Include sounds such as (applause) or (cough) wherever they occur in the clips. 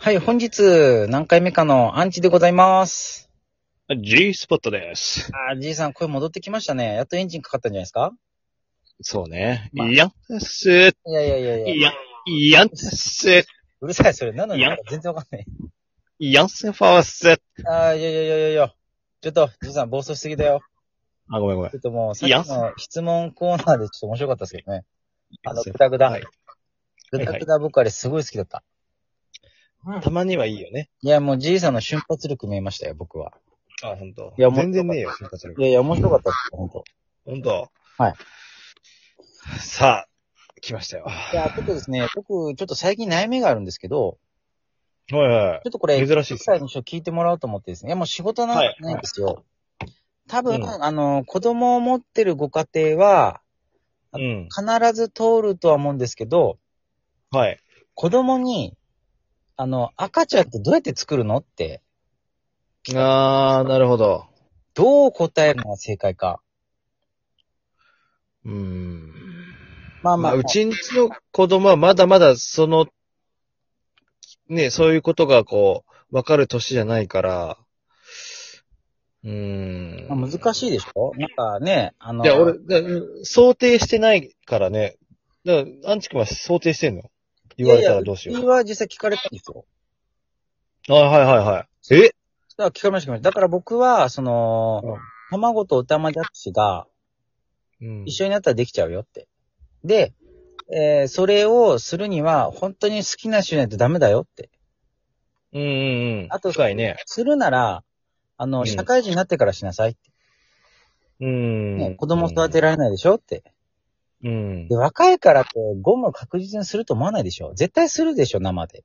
はい、本日、何回目かのアンチでございます。 G スポットです。あー、じいさん、声戻ってきましたね。やっとエンジンかかったんじゃないですかそうね。まあいやんす。いやいやいやいや。いや、いやんす。うるさい、それ。なのにいや、全然わかんない。いやんせファース。あー、いやいやいやいやいや。ちょっと、じいさん、暴走しすぎだよ。あ、ごめんごめんちょ。っともう、さっいきやの質問コーナーでちょっと面白かったですけどね。あの、いやグダグダはい。グダグダ僕あれすごい好きだった。たまにはいいよね。いや、もうじいさんの瞬発力見えましたよ、僕は。あ、ほんと。いや全然ねえよ、瞬発い力。やいや、面白かったです、本当。ほんと。はい。さあ、来ましたよ。はいや、ちょっとですね、僕、ちょっと最近悩みがあるんですけど、いはちょっとこれ、珍しいっ1すね歳の人聞いてもらおうと思ってですね。いや、もう仕事なんかないんですよ。多分、うんあの、子供を持ってるご家庭は、い。うん。必ず通るとは思うんですけど、はい。子供に、あの、赤ちゃんってどうやって作るのって、あー、なるほど。どう答えるのが正解か。うーん。まあままあ、あ、うちんちの子供はまだまだその、ね、そういうことがこう、わかる年じゃないから、うーまん。あ難しいでしょなんかね、あの、いや、俺、だうん想定してないからね。だから、アンチ君は想定してんの言われたらどうしよいやう。いやうちは実際聞かれたんですよ。あ、はいはいはい。えだから聞かれました、聞かれました。だから僕は、その、うん卵とおたまじゃくしが、うん一緒になったらできちゃうよって。で、えーそれをするには、本当に好きな人じゃないとダメだよって。うんうんうん。あと、深いね。するなら、あうの、ん社会人になってからしなさいって。うん。ね子供育てられないでしょって。うんで、。若いからって、ゴム確実にすると思わないでしょ絶対するでしょ生で。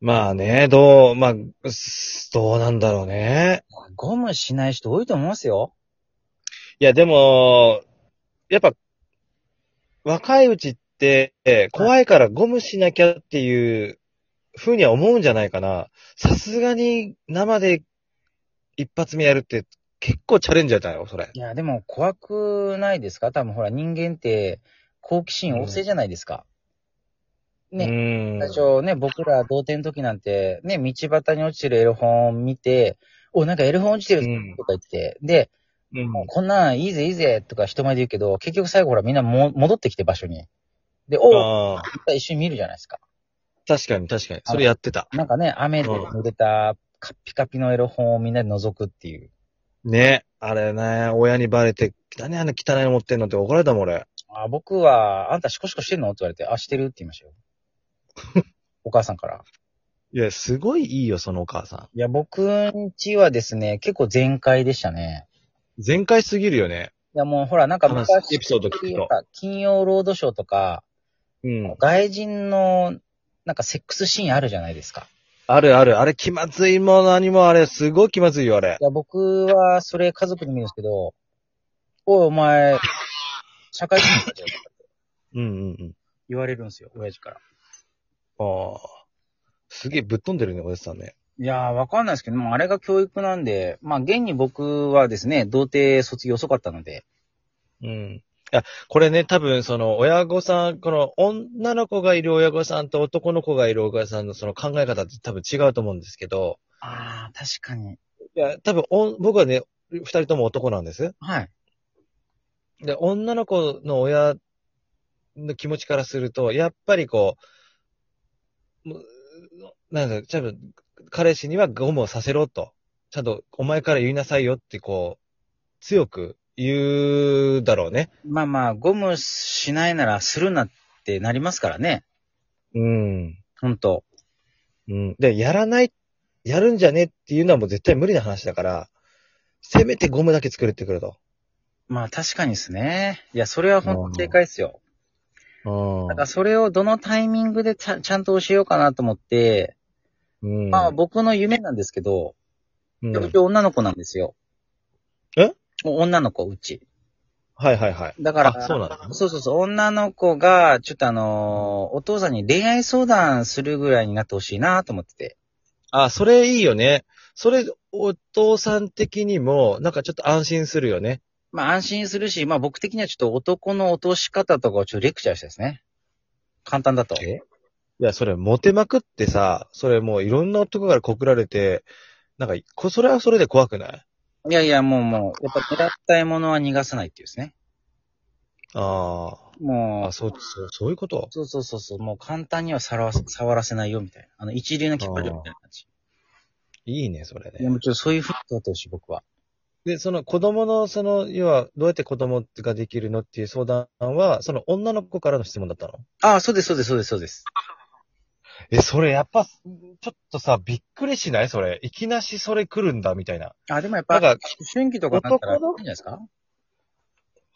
まあね、どう、まあ、すどうなんだろうね。ゴムしない人多いと思いますよ。いや、でも、やっぱ、若いうちって、えー怖いからゴムしなきゃっていう、ふうには思うんじゃないかな。さすがに生で一発目やるって結構チャレンジャーだよ、それ。いや、でも怖くないですか多分ほら、人間って、好奇心旺盛じゃないですか。ね、ね最初ね、僕ら童貞の時なんて、ね、道端に落ちてるエロ本を見て、お、なんかエロ本落ちてうんるとか言って、で、うん。もうこんなんいいぜいいぜとか人前で言うけど、結局最後ほらみんなも戻ってきて場所に。で、おああ、一緒に見るじゃないですか。確かに確かに。それやってた。なんかね、雨で濡れたカッピカピのエロ本をみんなで覗くっていう。ね。あれね、親にバレて、何あの汚いの持ってんのって怒られたもん、俺。あ僕は、あんたシコシコしてんのって言われて、あ、してるって言いま (laughs) したよ。お母さんから。いや、すごいいいよ、そのお母さん。いや、僕んちはですね、結構全開でしたね。全開すぎるよね。いや、もうほら、なんか話昔、エピソード聞くと。金曜ロードショーとか、うん。外人の、なんかセックスシーンあるじゃないですか。あるある。あれ気まずいも何もあれ、すごい気まずいよ、あれい。や、僕は、それ家族に見るんですけど、おい、お前、社会人だよ。うんうんうん。言われるんですよ、親父から。ああ。すげえぶっ飛んでるね、おやつさんね。いやー、わかんないですけど、もうあれが教育なんで、まあ、現に僕はですね、童貞卒業遅かったので、うん。いや、これね、多分、その、親御さん、この、女の子がいる親御さんと男の子がいる親御さんのその考え方って多分違うと思うんですけど、ああ、確かに。いや、多分、お僕はね、二人とも男なんです。はい。で、女の子の親の気持ちからすると、やっぱりこう、もうなんか、多分、彼氏にはゴムをさせろと。ちゃんと、お前から言いなさいよって、こう、強く言うだろうね。まあまあ、ゴムしないならするなってなりますからね、うん。ほんと。うん。で、やらない、やるんじゃねっていうのはもう絶対無理な話だから、せめてゴムだけ作れってくれと。まあ確かにですね。いや、それは本当正解ですよ。うんだからそれをどのタイミングでちゃちゃんと教えようかなと思って、うん。まあ僕の夢なんですけど、ううんち女の子なんですよ。え女の子、うち。はいはいはい。だから、あ、そうなんだ。そうそうそう、女の子が、ちょっとあのーお父さんに恋愛相談するぐらいになってほしいなと思ってて。あ、それいいよね。それ、お父さん的にも、なんかちょっと安心するよね。まあ安心するし、まあ僕的にはちょっと男の落とし方とかをちょっとレクチャーしたいですね。簡単だと。えいや、それ、モテまくってさ、それもういろんな男から告られて、なんか、こそれはそれで怖くないいやいや、もうもう、やっぱ狙った獲物は逃がさないっていうですね。ああ。もあ、そう、そう、そういうこう、とそうそうそうそう、もう簡単には触ら触らせないよみたいな。あの、一流のキッカーみたいな感じ。いいね、そいれや、ね。もうちょっとそういうふうになってほしい、僕は。で、その子供の、その、要は、どうやって子供ができるのっていう相談は、その女の子からの質問だったのああ、そうです、そうです、そうです、そうです。え、それやっぱ、ちょっとさ、びっくりしないそれ。いきなしそれ来るんだ、みたいな。あ、でもやっぱ、なんか思、春期とかだったら、いいん男のじゃないですか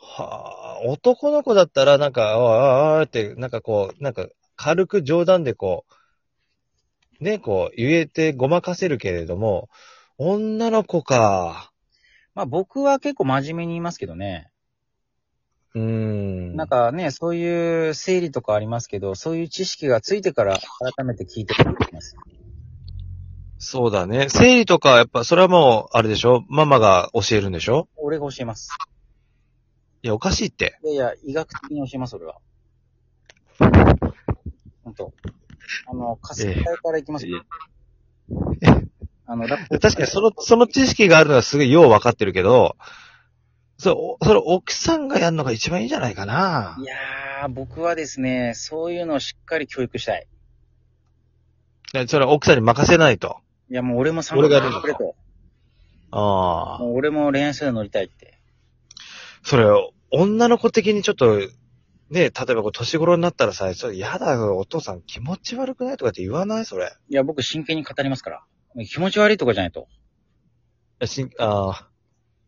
はあ、男の子だったら、なんか、ああ、ああって、なんかこう、なんか、軽く冗談でこう、ね、こう、言えてごまかせるけれども、女の子か。まあ僕は結構真面目に言いますけどね。うーん。なん、かね、そういう整理とかありますけど、そういう知識がついてから改めて聞いてもらってます。そうだね。生理とか、やっぱ、それはもう、あれでしょママが教えるんでしょ俺が教えます。いや、おかしいって。いやいや、医学的に教えます、俺は。本当。あの、仮説体からいきますよ。あの、だって。確かに、その、その知識があるのはすごいよう分かってるけど、それ、それ、奥さんがやるのが一番いいんじゃないかないやー、僕はですね、そういうのをしっかり教育したい。ねそれは奥さんに任せないと。いや、もう俺も参俺が加やるんだくれと。ああ。もう俺も恋愛するの乗りたいって。それ、女の子的にちょっと、ね、例えばこう年頃になったらさ、それやだよ、お父さん気持ち悪くないとかって言わないそれ。いや、僕真剣に語りますから。気持ち悪いとかじゃないと。しあ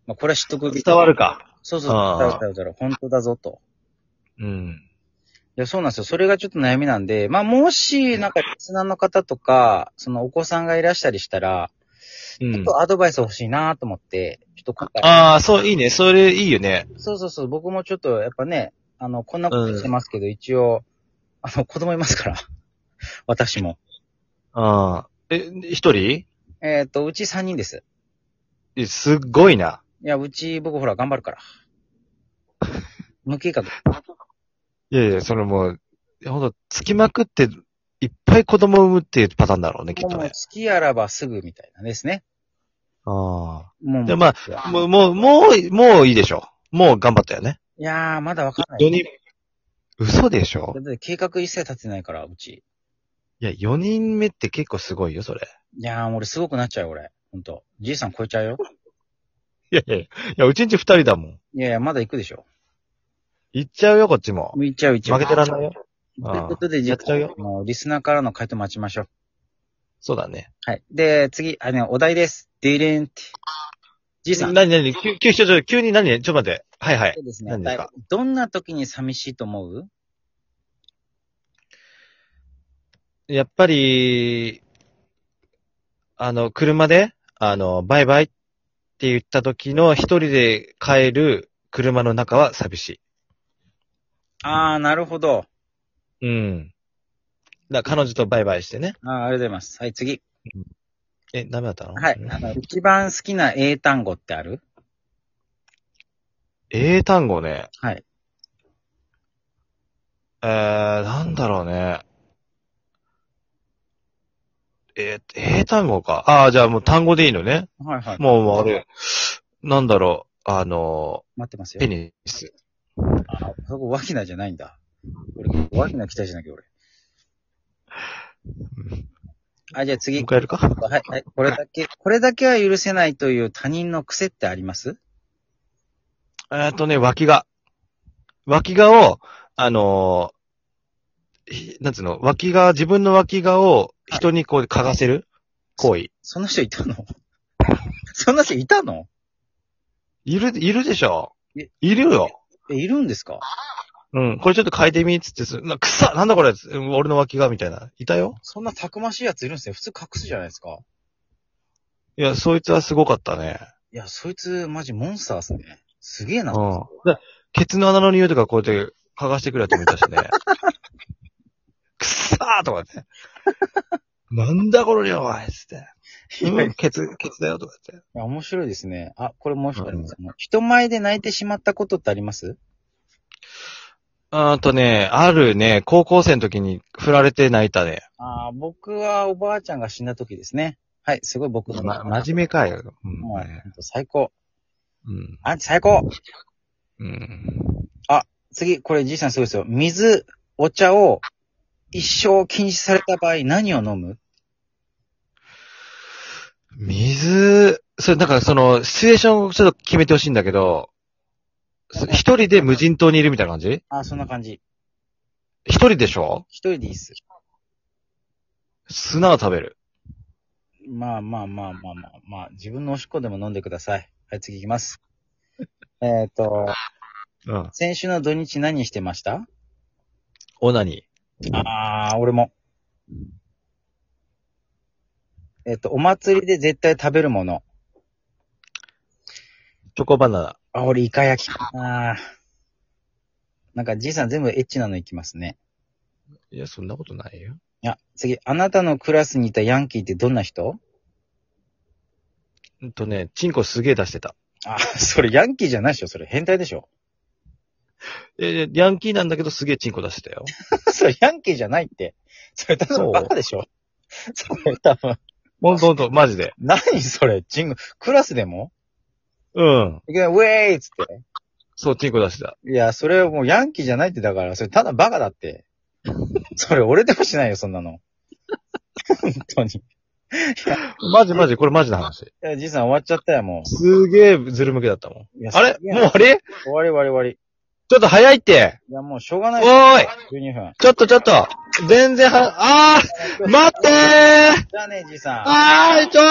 まあ、これは知っとくべき伝わる。か。そうそう、伝あーわる伝わる伝わる。本当だぞと。うん。いや、そうなんですよ。それがちょっと悩みなんで、まあ、もし、なんか、リスナーの方とか、そのお子さんがいらしたりしたら、うちょっん。とアドバイス欲しいなと思って、ちょっと今回、ああ、そう、いいね。それいいよね。そうそうそう、僕もちょっと、やっぱね、あの、こんなことしてますけど、一応、あの、子供いますから。私も。ああ。え、一人えっ、と、うち3人です。えすっごいな。いや、うち、僕ほら、頑張る (laughs) から。無計画。いやいや、それもう、ほんと、つきまくって、いっぱい子供を産むっていうパターンだろうね、きっともうね好。きあらばすぐみたいなですね。あもう。あ。で、まあ、もう、もう、もう、もういいでしょ。もう頑張ったよね。いやー、まだわかんない。 4人。嘘でしょだって計画一切立てないから、うち。いや、4人目って結構すごいよ、それ。いやー、俺すごくなっちゃうよ、俺。ほんと。じいさん超えちゃうよ。いやいやいや、うちんち2人だもん。いやいや、まだ行くでしょ。行っちゃうよ、こっちも。行っちゃう、行っちゃう。負けてらんないよ。ということで、じやゃっちゃうよあ、もうリスナーからの回答待ちましょう。そうだね。はい。で、次、あれ、お題です。ディレンって。じいさん。何何急、急、ちょ、ちょ急に何ちょっと待って。はいはそい。うですね。何ですかどんな時に寂しいと思うやっぱり、あの、車で、あの、バイバイって言った時の一人で帰る車の中は寂しあー、なるほど。い。うん。だから彼女とバイバイしてね。あー、ありがとうございます。はい、次。え、ダメだったのはい。あの、一番好きな英単語ってある英単語ね。はい。えー、なんだろうね。えー、英単語か。ああ、じゃあもう単語でいいのね。はいはい。もう、もうあれ、なんだろう。あの待ってますー、よペ。ニス。あ、そこ、ワキナじゃないんだ。俺、ワキナ期待しなきゃ、俺。あ、じゃあもう次一。回やるかはい、はい。これだけ、これだけは許せないという他人の癖ってありますえーっとね、脇が。脇がを、あのー、ひなんつうの、脇が、自分の脇がを人にこう嗅がせる行為。そんな人い (laughs) たのそんな人いたのいる、いるでしょえいるよ。え、いるんですかうん、これちょっと変えてみっつってす、な、くさなんだこれつうん俺の脇がみたいな。いたよそんなたくましいやついるんですね。普通隠すじゃないですか。いや、そいつはすごかったね。いや、そいつ、マジモンスターっすね。すげえな。うん。でケツの穴の匂いとかこうやって嗅がしてくるやつもいたしね。 (laughs) くっさーとかね。なんだこの匂いおいつって。うん、ケツ、ケツだよとか言って。いや、面白いですね。あ、これもう一つあります。人前で泣いてしまったことってありますあとね、あるね、高校生の時に振られて泣いたね。ああ、僕はおばあちゃんが死んだ時ですね。はい、すごい僕の。ま、真面目かよ。うんもう、ほんと最高。うん。あ、最高うん。次、これじいさんすごいですよ。水、お茶を一生禁止された場合何を飲む水、それ、なんかその、シチュエーションをちょっと決めてほしいんだけど、そ一人で無人島にいるみたいな感じああ、そんな感じ。一人でしょ一人でいいっす。砂を食べる。まあまあまあまあまあ、まあ、自分のおしっこでも飲んでください。はい、次行きます。えっと、うん。先週の土日何してましたオナニああ、俺も。えっと、お祭りで絶対食べるもの。ー。チョコバナナ。あ、俺、イカ焼きかな。なんか、じいさん全部エッチなのいきますね。いや、そんなことないよ。いや、次、あなたのクラスにいたヤンキーってどんな人うんとね、チンコすげえ出してた。あ、 (laughs) それヤンキーじゃないでしょそれ変態でしょ (laughs) え、ヤンキーなんだけどすげえチンコ出してた (laughs) よ。それヤンキーじゃないって。それ多分バカでしょそれ多分。ほんとほんと、マジで。何それジング、クラスでもうん。いきなりウェーイっつって。そう、チンコ出してた。いや、それはもうヤンキーじゃないってだから、それただバカだって。 (laughs) それ俺でもしないよ、そんなの。本当に。いマジマジ、これマジな話。や、じいさん終わっちゃったよ、もすげえずる向けだったもん。う。いやあれいやもうあれ終わり終わり終わり。ちょっと早いっていや、もうしょうがおないよ。ーい12分。ちょっとちょっと全 (laughs) 然は、あー待ってーじゃあね、じいさん。あーちょー